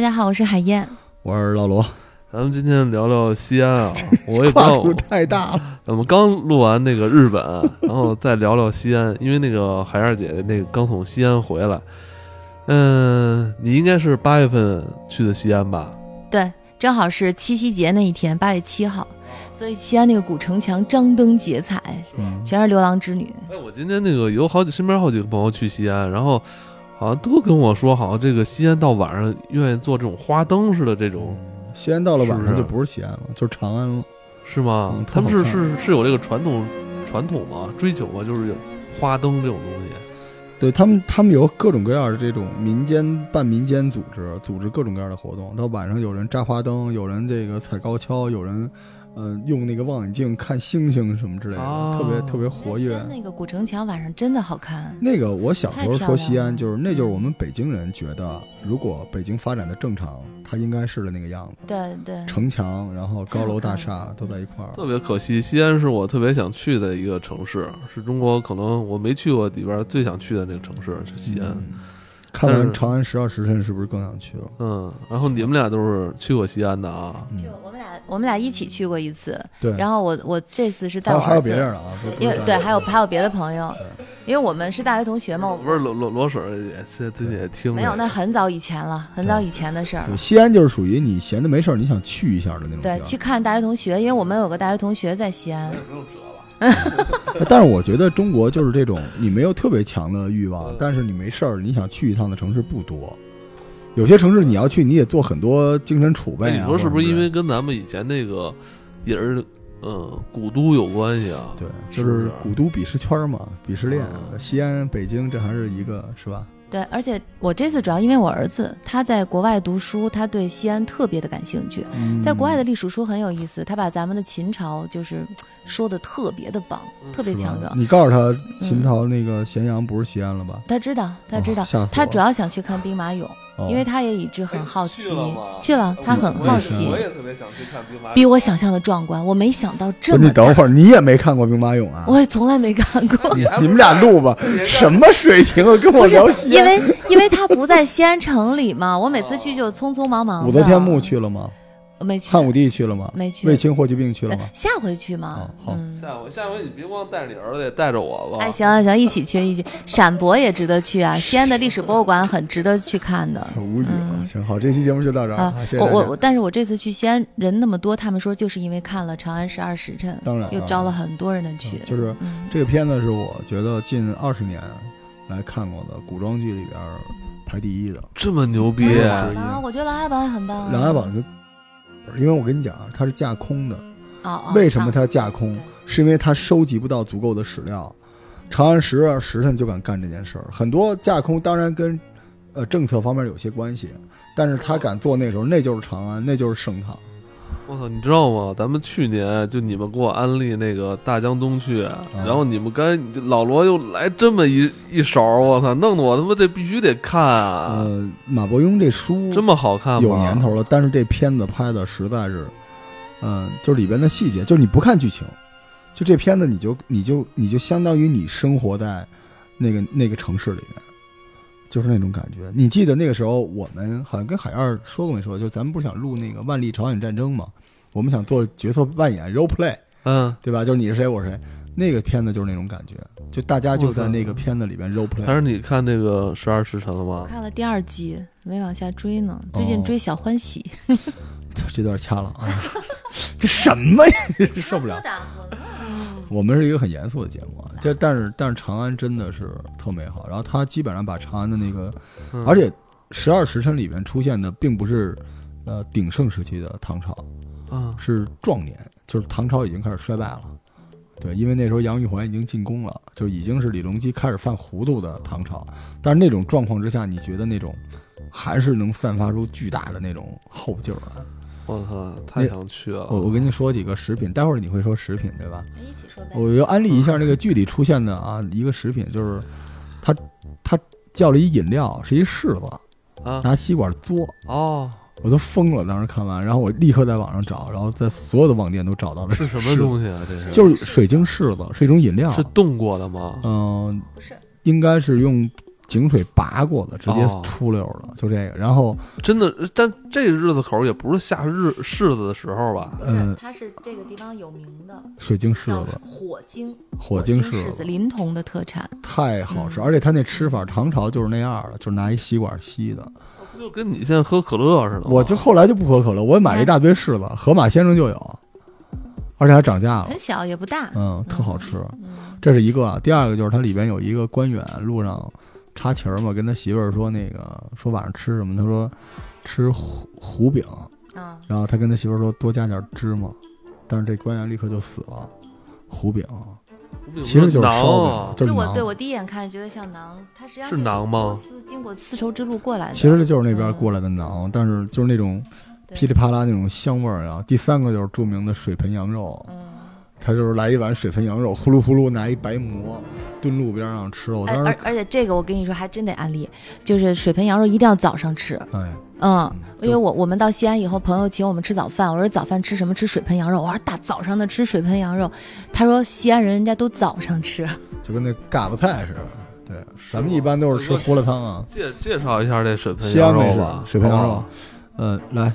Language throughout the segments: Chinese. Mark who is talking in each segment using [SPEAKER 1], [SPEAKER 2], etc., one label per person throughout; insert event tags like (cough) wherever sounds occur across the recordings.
[SPEAKER 1] 大家好，我是海燕。
[SPEAKER 2] 我是老罗，
[SPEAKER 3] 咱们今天聊聊西安
[SPEAKER 2] (laughs)
[SPEAKER 3] 啊，我也不知
[SPEAKER 2] 跨
[SPEAKER 3] 道
[SPEAKER 2] 度太大了。
[SPEAKER 3] 我们刚录完那个日本，然后再聊聊西安，因为那个海燕姐那个刚从西安回来，嗯，你应该是八月份去的西安吧？
[SPEAKER 1] 对，正好是七夕节那一天，八月七号，所以西安那个古城墙张灯结彩，
[SPEAKER 2] 嗯，
[SPEAKER 1] 全是流浪之女。
[SPEAKER 3] 哎，我今天那个有好几身边好几个朋友去西安，然后好像都跟我说，好像这个西安到晚上愿意做这种花灯似的这种，
[SPEAKER 2] 西安到了晚上
[SPEAKER 3] 是不是
[SPEAKER 2] 就不是啊西安了，就是长安了。
[SPEAKER 3] 是吗？
[SPEAKER 2] 嗯
[SPEAKER 3] 他们
[SPEAKER 2] 特
[SPEAKER 3] 是
[SPEAKER 2] 好看
[SPEAKER 3] 是是有这个传统传统吗？追求吗？就是有花灯这种东西。
[SPEAKER 2] 对他们，他们有各种各样的这种民间半民间组织，组织各种各样的活动。到晚上有人扎花灯，有人这个踩高跷，有人呃用那个望远镜看星星什么之类的，
[SPEAKER 1] 啊
[SPEAKER 3] 哦
[SPEAKER 2] 特别特别活
[SPEAKER 1] 西
[SPEAKER 2] 跃。
[SPEAKER 1] 安那个古城墙晚上真的好看，
[SPEAKER 2] 那个我小时候说西安，
[SPEAKER 1] 太漂亮了
[SPEAKER 2] 就是那就是我们北京人觉得，如果北京发展的正常，它应该是的那个样子，
[SPEAKER 1] 对对，
[SPEAKER 2] 城墙，然后高楼
[SPEAKER 1] 嗯太
[SPEAKER 2] 大
[SPEAKER 1] 好看
[SPEAKER 2] 厦
[SPEAKER 1] 了
[SPEAKER 2] 都在一块儿。
[SPEAKER 3] 特别可惜，西安是我特别想去的一个城市，是中国可能我没去过里边最想去的那个城市是西安。
[SPEAKER 2] 嗯看完
[SPEAKER 3] 但是
[SPEAKER 2] 《长安十二时辰》是不是更想去了？
[SPEAKER 3] 嗯，然后你们俩都是去过西安的啊？
[SPEAKER 2] 嗯
[SPEAKER 1] 就我们俩我们俩一起去过一次，
[SPEAKER 2] 对，
[SPEAKER 1] 然后我我这次是带
[SPEAKER 2] 还有
[SPEAKER 1] 我
[SPEAKER 2] 还
[SPEAKER 1] 儿
[SPEAKER 2] 有别人
[SPEAKER 1] 子，
[SPEAKER 2] 啊，不是
[SPEAKER 1] 因为对还有还有别的朋友
[SPEAKER 2] 对，
[SPEAKER 1] 因为我们是大学同学嘛，我
[SPEAKER 3] 不是罗罗罗婶儿也是最近也听
[SPEAKER 1] 没有那
[SPEAKER 3] 着
[SPEAKER 1] 很早以前了，很早以前的事儿了
[SPEAKER 2] 对。西安就是属于你闲的没事儿，你想去一下的那种地
[SPEAKER 1] 对
[SPEAKER 2] 儿。，
[SPEAKER 1] 去看大学同学，因为我们有个大学同学在西安，
[SPEAKER 3] 不用折了。
[SPEAKER 2] 哎但是我觉得中国就是这种，你没有特别强的欲
[SPEAKER 3] 嗯
[SPEAKER 2] 望，但是你没事儿你想去一趟的城市不多。有些城市你要去，你得做很多精神储备
[SPEAKER 3] 哎
[SPEAKER 2] 啊。
[SPEAKER 3] 你说是不是因为
[SPEAKER 2] 或者
[SPEAKER 3] 跟咱们以前那个也是嗯古都有关系啊？
[SPEAKER 2] 什么之类的对，
[SPEAKER 3] 是
[SPEAKER 2] 就
[SPEAKER 3] 不
[SPEAKER 2] 是
[SPEAKER 3] 是
[SPEAKER 2] 古都鄙视圈嘛，鄙视链，
[SPEAKER 3] 嗯
[SPEAKER 2] 西安、北京这还是一个是吧？
[SPEAKER 1] 对，而且我这次主要因为我儿子他在国外读书，他对西安特别的感兴趣。在国外的历史书很有意思，他把咱们的秦朝就是说的特别的棒，
[SPEAKER 3] 嗯
[SPEAKER 1] 特别
[SPEAKER 2] 是吧
[SPEAKER 1] 强调。嗯
[SPEAKER 2] 你告诉他秦朝那个咸阳不是西安了吧？
[SPEAKER 1] 他知道，他知道
[SPEAKER 2] 哦，吓死我
[SPEAKER 1] 他主要想去看兵马俑，
[SPEAKER 2] 哦
[SPEAKER 1] 因为他也一直很好奇
[SPEAKER 3] 去了吗。
[SPEAKER 1] 去了，他很
[SPEAKER 3] 嗯
[SPEAKER 2] 我也
[SPEAKER 1] 好
[SPEAKER 2] 是
[SPEAKER 1] 奇
[SPEAKER 2] 我，
[SPEAKER 3] 也特别想去看兵马
[SPEAKER 1] 比我想象的壮观。我没想到
[SPEAKER 2] 不
[SPEAKER 1] 这
[SPEAKER 2] 是你
[SPEAKER 1] 么，
[SPEAKER 2] 等会儿，你也没看过兵马俑啊？
[SPEAKER 1] 我也从来没看过。
[SPEAKER 3] 你
[SPEAKER 2] 你们俩录吧，什么水平啊？跟我
[SPEAKER 1] 不是
[SPEAKER 2] 聊西
[SPEAKER 1] 因为
[SPEAKER 2] 安。
[SPEAKER 1] 因为他不在西安城里嘛，我每次去就匆匆忙忙的。
[SPEAKER 2] 武则天墓去了吗？
[SPEAKER 1] 没嗯去，
[SPEAKER 2] 汉武帝去了吗？
[SPEAKER 1] 没去
[SPEAKER 2] 卫青、霍去病去了
[SPEAKER 1] 对
[SPEAKER 2] 吗？
[SPEAKER 1] 下回去嘛
[SPEAKER 2] 哦。好
[SPEAKER 1] 嗯
[SPEAKER 3] 下回下回你别光带着你儿子，也带着我吧
[SPEAKER 1] 哎，。行了行了，一起去一起，陕博也值得
[SPEAKER 2] (laughs)
[SPEAKER 1] 去啊，西安的历史博物馆很值得去看的。
[SPEAKER 2] 很无语啊！
[SPEAKER 1] 嗯
[SPEAKER 2] 行，好，这期节目就到这儿
[SPEAKER 1] 啊
[SPEAKER 2] 好，谢谢
[SPEAKER 1] 我
[SPEAKER 2] 大
[SPEAKER 1] 我
[SPEAKER 2] 家。
[SPEAKER 1] 我，但是我这次去西安人那么多，他们说就是因为看了《长安十二时辰》，
[SPEAKER 2] 当然
[SPEAKER 1] 又招了很多人的去
[SPEAKER 2] 嗯，就是
[SPEAKER 1] 嗯
[SPEAKER 2] 这个片子是我觉得近二十年来看过的古装剧里边儿排第
[SPEAKER 1] 哦
[SPEAKER 2] 一的，《
[SPEAKER 3] 这么牛逼
[SPEAKER 1] 琅
[SPEAKER 2] 别
[SPEAKER 1] 琊
[SPEAKER 2] 啊
[SPEAKER 1] 榜吧，我觉得《琅琊榜》也很棒啊。
[SPEAKER 2] 琅琊榜》就，因为我跟你讲啊，它是架空的。
[SPEAKER 1] 哦哦，
[SPEAKER 2] 为什么
[SPEAKER 1] 啊
[SPEAKER 2] 它架空
[SPEAKER 1] 对？
[SPEAKER 2] 是因为它收集不到足够的史料。长安十二时辰就敢干这件事儿，很多架空当然跟呃政策方面有些关系，但是他敢做那时候，那就是长安，那就是盛唐。
[SPEAKER 3] 我操，你知道吗？咱们去年就你们给我安利那个大江东去，
[SPEAKER 2] 啊
[SPEAKER 3] 然后你们刚才老罗又来这么一一勺，我操，弄得我他妈这必须得看啊！
[SPEAKER 2] 呃，马伯庸这书
[SPEAKER 3] 这么好看吗？
[SPEAKER 2] 嗯有年头了，但是这片子拍的实在是，嗯、就是里边的细节，就是你不看剧情，就这片子你就你就你就相当于你生活在那个那个城市里面，就是那种感觉。你记得那个时候我们好像跟海燕儿说过没说，就是咱们不是想录那个万历朝鲜战争嘛，我们想做角色扮演 role play，
[SPEAKER 3] 嗯，
[SPEAKER 2] 对吧？就是你是谁，我是谁。那个片子就是那种感觉，就大家就
[SPEAKER 3] 我
[SPEAKER 2] 在
[SPEAKER 3] 操
[SPEAKER 2] 那个片子里边 role play。
[SPEAKER 3] 还是你看那个《十二时辰》了
[SPEAKER 1] 我
[SPEAKER 3] 吗？
[SPEAKER 1] 看了第二季，没往下追呢。最近
[SPEAKER 2] 哦
[SPEAKER 1] 追《小欢喜》，
[SPEAKER 2] 这段掐了啊， (laughs) 这什么呀， (laughs) 这受不
[SPEAKER 1] (laughs)
[SPEAKER 2] 了。我们是一个很严肃的节目，啊，这但是但是长安真的是特美好，然后他基本上把长安的那个，
[SPEAKER 3] 嗯
[SPEAKER 2] 而且《十二时辰》里面出现的并不是呃鼎盛时期的唐朝，
[SPEAKER 3] 啊，
[SPEAKER 2] 是壮年，就是唐朝已经开始衰败了。对，因为那时候杨玉环已经进宫了，就已经是李隆基开始犯糊涂的唐朝。但是那种状况之下，你觉得那种还是能散发出巨大的那种后劲儿来。
[SPEAKER 3] 我操，太想去了！
[SPEAKER 2] 我我跟你说几个食品，待会儿你会说食品对吧？
[SPEAKER 1] 一起说呗
[SPEAKER 2] 我就安利一下那个剧里出现的啊，一个食品就是他他叫了一饮料，是一柿子，
[SPEAKER 3] 啊
[SPEAKER 2] 拿吸管嘬，
[SPEAKER 3] 哦，
[SPEAKER 2] 我都疯了。当时看完，然后我立刻在网上找，然后在所有的网店都找到了
[SPEAKER 3] 是什么
[SPEAKER 2] 西？
[SPEAKER 3] 东西啊？这是
[SPEAKER 2] 啊就是水晶柿子，是一种饮料
[SPEAKER 3] 是。冻过的吗？
[SPEAKER 2] 嗯、
[SPEAKER 1] 不是
[SPEAKER 2] 应该是用井水拔过的，直接
[SPEAKER 3] 哦
[SPEAKER 2] 出溜了，就这个。然后，
[SPEAKER 3] 真的，但这日子口也不是下日柿子的时候吧？
[SPEAKER 2] 嗯，
[SPEAKER 1] 它是这个地方有名的，
[SPEAKER 2] 水晶
[SPEAKER 1] 叫
[SPEAKER 2] 柿子、
[SPEAKER 1] 火晶，
[SPEAKER 2] 哦火晶柿
[SPEAKER 1] 柿子，
[SPEAKER 2] 子
[SPEAKER 1] 临潼的特产。
[SPEAKER 2] 太好吃，
[SPEAKER 1] 嗯
[SPEAKER 2] 而且它那吃法，唐朝就是那样的，就是拿一吸管吸的。
[SPEAKER 3] 不就跟你现在喝可乐似的吗？
[SPEAKER 1] 哦
[SPEAKER 2] 我就后来就不喝可乐，我也买了一大堆柿子，河马先生就有，而且还涨价了
[SPEAKER 1] 很，小也不大，
[SPEAKER 2] 嗯，特好吃。
[SPEAKER 1] 哎嗯，
[SPEAKER 2] 这是一个啊，第二个就是它里边有一个官员路上插旗儿嘛，跟他媳妇儿说那个说晚上吃什么，他说吃糊糊饼，
[SPEAKER 1] 啊，
[SPEAKER 2] 然后他跟他媳妇儿说多加点芝麻，但是这官员立刻就死了。糊饼其实就是
[SPEAKER 3] 馕
[SPEAKER 2] 烧
[SPEAKER 3] 啊
[SPEAKER 2] 饼，，就是
[SPEAKER 1] 我
[SPEAKER 2] 馕
[SPEAKER 1] 对我第一眼看觉得像馕，它实际上
[SPEAKER 3] 是
[SPEAKER 1] 就
[SPEAKER 3] 馕吗
[SPEAKER 1] 波斯经过丝绸之路过来的，
[SPEAKER 2] 其实就是那边
[SPEAKER 1] 嗯
[SPEAKER 2] 过来的馕，但是就是那种
[SPEAKER 1] 对
[SPEAKER 2] 噼里啪啦那种香味儿啊。第三个就是著名的水盆羊肉，
[SPEAKER 1] 嗯，
[SPEAKER 2] 他就是来一碗水盆羊肉，呼噜呼噜拿一白馍炖路边上吃了。我
[SPEAKER 1] 而
[SPEAKER 2] 当
[SPEAKER 1] 而
[SPEAKER 2] 时，
[SPEAKER 1] 而且这个我跟你说还真得安利，就是水盆羊肉一定要早上吃，
[SPEAKER 2] 哎，
[SPEAKER 1] 嗯。
[SPEAKER 2] 就
[SPEAKER 1] 因为我我们到西安以后，朋友请我们吃早饭，我说早饭吃什么？吃水盆羊肉。我说大早上的吃水盆羊肉，他说西安人人家都早上吃，
[SPEAKER 2] 就跟那嘎巴菜似的。对，
[SPEAKER 1] 哦
[SPEAKER 2] 咱们
[SPEAKER 3] 吗
[SPEAKER 2] 一般都是吃
[SPEAKER 3] 我
[SPEAKER 2] 胡辣汤啊，
[SPEAKER 3] 介介绍一下这水盆
[SPEAKER 2] 西安
[SPEAKER 3] 羊
[SPEAKER 2] 美
[SPEAKER 3] 肉
[SPEAKER 2] 食
[SPEAKER 3] 吧，
[SPEAKER 2] 水盆羊肉
[SPEAKER 3] 啊。
[SPEAKER 2] 呃，来，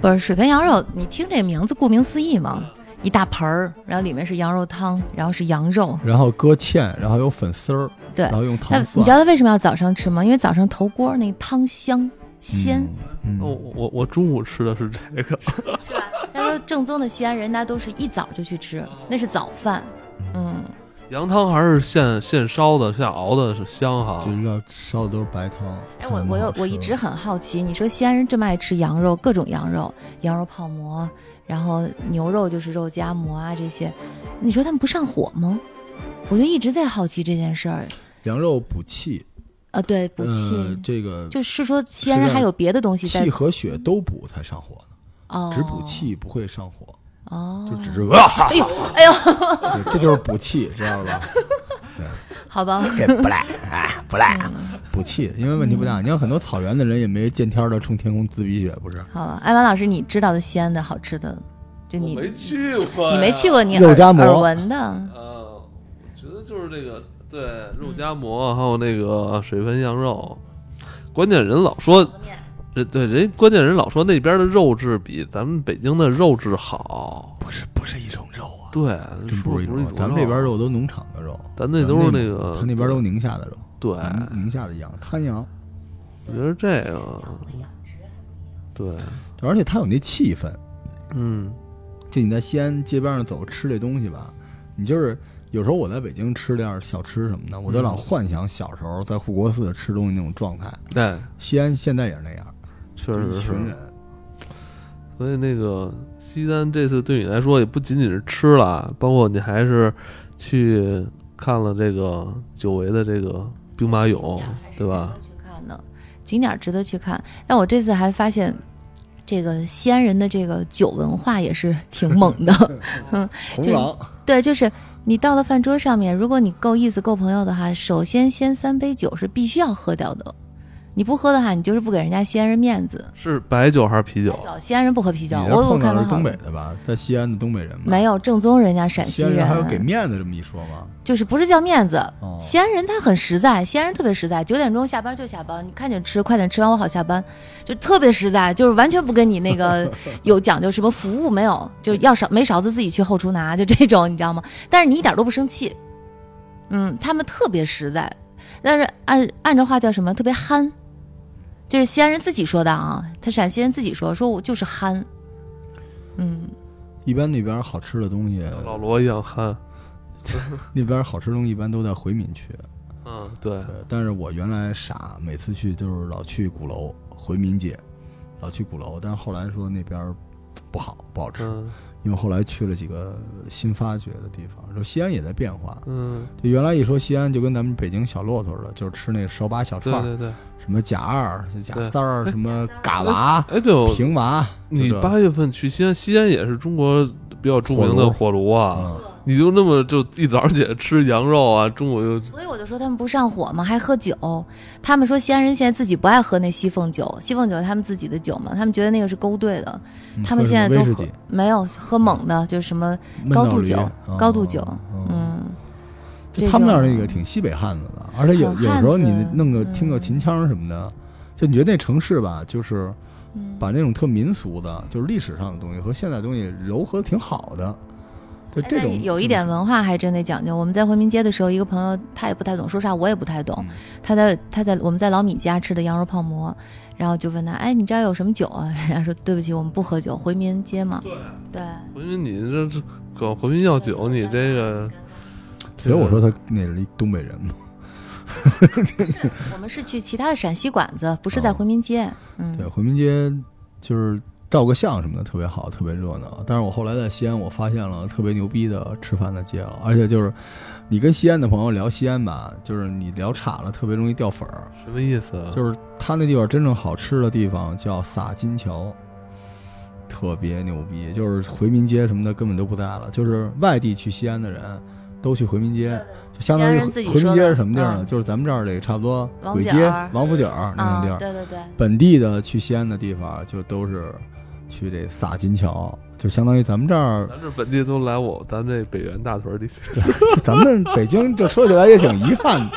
[SPEAKER 1] 不是水盆羊肉，你听这名字，顾名思义嘛，
[SPEAKER 2] 嗯
[SPEAKER 1] 一大盆儿，然后里面是羊肉汤，然后是羊肉。
[SPEAKER 2] 然后搁芡，然后有粉丝儿，
[SPEAKER 1] 对
[SPEAKER 2] 然后用
[SPEAKER 1] 那
[SPEAKER 2] 糖蒜。
[SPEAKER 1] 你知道他为什么要早上吃吗？因为早上头锅那个汤香鲜，
[SPEAKER 2] 嗯，
[SPEAKER 3] 那我
[SPEAKER 2] 嗯，
[SPEAKER 3] 我我中午吃的是这个，
[SPEAKER 1] 是吧？他说正宗的西安人，那都是一早就去吃，那是早饭。嗯，
[SPEAKER 3] (laughs) 羊汤还是现现烧的，现熬的是香哈。
[SPEAKER 2] 就要烧的都是白汤。
[SPEAKER 1] 哎，我
[SPEAKER 2] 还
[SPEAKER 1] 我
[SPEAKER 2] 蛮好
[SPEAKER 1] 有
[SPEAKER 2] 吃
[SPEAKER 1] 我一直很好奇，你说西安人这么爱吃羊肉，各种羊肉，羊肉泡馍，然后牛肉就是肉夹馍啊这些，你说他们不上火吗？我就一直在好奇这件事儿。
[SPEAKER 2] 羊肉补气，
[SPEAKER 1] 啊，对，补气。
[SPEAKER 2] 呃这个
[SPEAKER 1] 就是说，西安人还有别的东西在
[SPEAKER 2] 气和血都补才上火呢，
[SPEAKER 1] 哦，
[SPEAKER 2] 只补气不会上火，
[SPEAKER 1] 哦，
[SPEAKER 2] 就只是啊，
[SPEAKER 1] 哎呦哎呦，
[SPEAKER 2] (laughs) 对这就是补气，知道吧？
[SPEAKER 1] 好吧，
[SPEAKER 2] 这不赖，哎，不赖，补气，因为问题不大。你看很多草原的人也没见天儿的冲天空自鼻血，不是？
[SPEAKER 1] 好吧，艾文老师，你知道的西安的好吃的，就你
[SPEAKER 3] 我没去过，
[SPEAKER 1] 你没去。过，你
[SPEAKER 2] 肉
[SPEAKER 1] 耳
[SPEAKER 2] 夹馍
[SPEAKER 1] 耳闻的，
[SPEAKER 3] 呃，我觉得就是这个对肉夹馍，还有那个水盆羊肉。关键人老说，人对人关键人老说那边的肉质比咱们北京的肉质好。
[SPEAKER 2] 不是，不是一种肉啊，
[SPEAKER 3] 对，
[SPEAKER 2] 真
[SPEAKER 3] 说
[SPEAKER 2] 不是一
[SPEAKER 3] 不
[SPEAKER 2] 种
[SPEAKER 3] 是
[SPEAKER 2] 肉。咱们这边
[SPEAKER 3] 肉，
[SPEAKER 2] 肉都农场的肉，
[SPEAKER 3] 咱那都是那个
[SPEAKER 2] 他那边都是宁夏的肉，
[SPEAKER 3] 对，
[SPEAKER 2] 宁宁夏的羊，滩羊，
[SPEAKER 3] 我觉得这个对，
[SPEAKER 2] 而且它有那气氛。
[SPEAKER 3] 嗯，
[SPEAKER 2] 就你在西安街边上走吃这东西吧，你就是有时候我在北京吃点儿小吃什么的，我就老幻想小时候在护国寺吃东西那种状态。
[SPEAKER 3] 对，
[SPEAKER 2] 西安现在也是那样，
[SPEAKER 3] 确
[SPEAKER 2] 就
[SPEAKER 3] 实
[SPEAKER 2] 是一
[SPEAKER 3] 是
[SPEAKER 2] 群人。
[SPEAKER 3] 所以那个西单这次对你来说也不仅仅是吃了，啊包括你还是去看了这个久违的这个兵马俑，对吧？？
[SPEAKER 1] 去看的景点儿值得去看，但我这次还发现。这个西安人的这个酒文化也是挺猛的，
[SPEAKER 2] 红
[SPEAKER 1] 这
[SPEAKER 2] 狼，
[SPEAKER 1] 对，就是你到了饭桌上面，如果你够意思、够朋友的话，首先先三杯酒是必须要喝掉的。你不喝的话，你就是不给人家西安人面子。
[SPEAKER 3] 是白酒还是啤酒？
[SPEAKER 1] 早西安人不喝啤酒，
[SPEAKER 2] 你这
[SPEAKER 1] 我我
[SPEAKER 2] 碰
[SPEAKER 1] 看
[SPEAKER 2] 到
[SPEAKER 1] 到
[SPEAKER 2] 是
[SPEAKER 1] 好
[SPEAKER 2] 东北的吧？在西安的东北人吗？
[SPEAKER 1] 没有正宗人家陕
[SPEAKER 2] 西
[SPEAKER 1] 西
[SPEAKER 2] 安
[SPEAKER 1] 人，
[SPEAKER 3] 啊
[SPEAKER 2] 人还有给面子这么一说吗？
[SPEAKER 1] 就是不是叫面子。
[SPEAKER 2] 哦，
[SPEAKER 1] 西安人他很实在，西安人特别实在，九点钟下班就下班，你看见吃，快点吃完我好下班，就特别实在，就是完全不跟你那个有讲究什么服务没有，就要勺没勺子自己去后厨拿，就这种你知道吗？但是你一点都不生气，嗯，他们特别实在，但是按按照话叫什么特别憨，就是西安人自己说的啊，他陕西人自己说，说我就是憨，嗯，
[SPEAKER 2] 一般那边好吃的东西，
[SPEAKER 3] 老罗一样憨，
[SPEAKER 2] 那边好吃的东西一般都在回民区。
[SPEAKER 3] 嗯，对，
[SPEAKER 2] 对，但是我原来傻，每次去就是老去鼓楼回民街，老去鼓楼，但是后来说那边儿不好，不好吃。
[SPEAKER 3] 嗯
[SPEAKER 2] 因为后来去了几个新发掘的地方，说西安也在变化。
[SPEAKER 3] 嗯，
[SPEAKER 2] 就原来一说西安，就跟咱们北京小骆驼似的，就是吃那手把小
[SPEAKER 3] 对
[SPEAKER 2] 串儿，
[SPEAKER 3] 对对。
[SPEAKER 2] 什么甲二、甲
[SPEAKER 3] 对
[SPEAKER 2] 三儿，什么嘎娃、
[SPEAKER 3] 哎，对，我
[SPEAKER 2] 平娃，
[SPEAKER 3] 你
[SPEAKER 2] 就这
[SPEAKER 3] 八月份去西安，西安也是中国比较著名的火炉啊。
[SPEAKER 2] 嗯，
[SPEAKER 3] 你就那么就一早上起来吃羊肉啊，中午又
[SPEAKER 1] 所以我就说他们不上火嘛，还喝酒。他们说西安人现在自己不爱喝那西凤酒，西凤酒是他们自己的酒嘛，他们觉得那个是勾兑的。
[SPEAKER 2] 嗯
[SPEAKER 1] 他们
[SPEAKER 2] 喝什
[SPEAKER 1] 现在
[SPEAKER 2] 么
[SPEAKER 1] 都
[SPEAKER 2] 威士
[SPEAKER 1] 喝
[SPEAKER 2] 忌
[SPEAKER 1] 没有喝猛的，就是什么
[SPEAKER 2] 闷
[SPEAKER 1] 高
[SPEAKER 2] 倒
[SPEAKER 1] 度
[SPEAKER 2] 驴
[SPEAKER 1] 酒
[SPEAKER 2] 哦、
[SPEAKER 1] 高度酒
[SPEAKER 2] 哦，
[SPEAKER 1] 嗯，这
[SPEAKER 2] 他们那儿
[SPEAKER 1] 种
[SPEAKER 2] 那个挺西北汉子的，而且有
[SPEAKER 1] 好
[SPEAKER 2] 有
[SPEAKER 1] 汉
[SPEAKER 2] 时候你
[SPEAKER 1] 子
[SPEAKER 2] 弄个听个
[SPEAKER 1] 嗯
[SPEAKER 2] 秦腔什么的，就你觉得那城市吧，就是
[SPEAKER 1] 嗯
[SPEAKER 2] 把那种特民俗的，就是历史上的东西和现代东西糅合得挺好的。就
[SPEAKER 1] 哎
[SPEAKER 2] 这
[SPEAKER 1] 但
[SPEAKER 2] 种嗯
[SPEAKER 1] 有一点文化还真得讲究。我们在回民街的时候，一个朋友他也不太懂，说实话我也不太懂。
[SPEAKER 2] 嗯
[SPEAKER 1] 他在他在我们在老米家吃的羊肉泡馍，然后就问他，哎，你这儿有什么酒啊？ (laughs) 人家说对不起，我们不喝酒，回民街嘛。
[SPEAKER 3] 对，
[SPEAKER 1] 对，
[SPEAKER 3] 回民你这这搞回民要酒，你这个
[SPEAKER 2] 所以我说他那是一东北人嘛，
[SPEAKER 1] 我们是去其他的陕西馆子，不是在
[SPEAKER 2] 哦
[SPEAKER 1] 回民街。嗯，
[SPEAKER 2] 对，回民街就是照个相什么的特别好，特别热闹。但是我后来在西安，我发现了特别牛逼的吃饭的街了，而且就是你跟西安的朋友聊西安吧，就是你聊岔了，特别容易掉粉儿。
[SPEAKER 3] 什么意思
[SPEAKER 1] 嗯
[SPEAKER 3] 啊？
[SPEAKER 2] 就是他那地方真正好吃的地方叫洒金桥，特别牛逼。就是回民街什么的根本都不在了，就是外地去西安的人都去回民街，就相
[SPEAKER 1] 嗯
[SPEAKER 2] 当于
[SPEAKER 1] 西安人自己
[SPEAKER 2] 回民街
[SPEAKER 1] 说的
[SPEAKER 2] 是什么地儿呢？
[SPEAKER 1] 嗯
[SPEAKER 2] 就是咱们这儿得差不多
[SPEAKER 1] 王府
[SPEAKER 2] 鬼
[SPEAKER 1] 井
[SPEAKER 2] 街
[SPEAKER 1] 儿、
[SPEAKER 2] 王府井儿那
[SPEAKER 1] 啊
[SPEAKER 2] 种地，儿。
[SPEAKER 1] 对对对，
[SPEAKER 2] 本地的去西安的地方就都是去这洒金桥，就相当于咱们这儿
[SPEAKER 3] 咱这本地都来我咱这北原大屯地区，
[SPEAKER 2] 就咱们北京这说起来也挺遗憾的，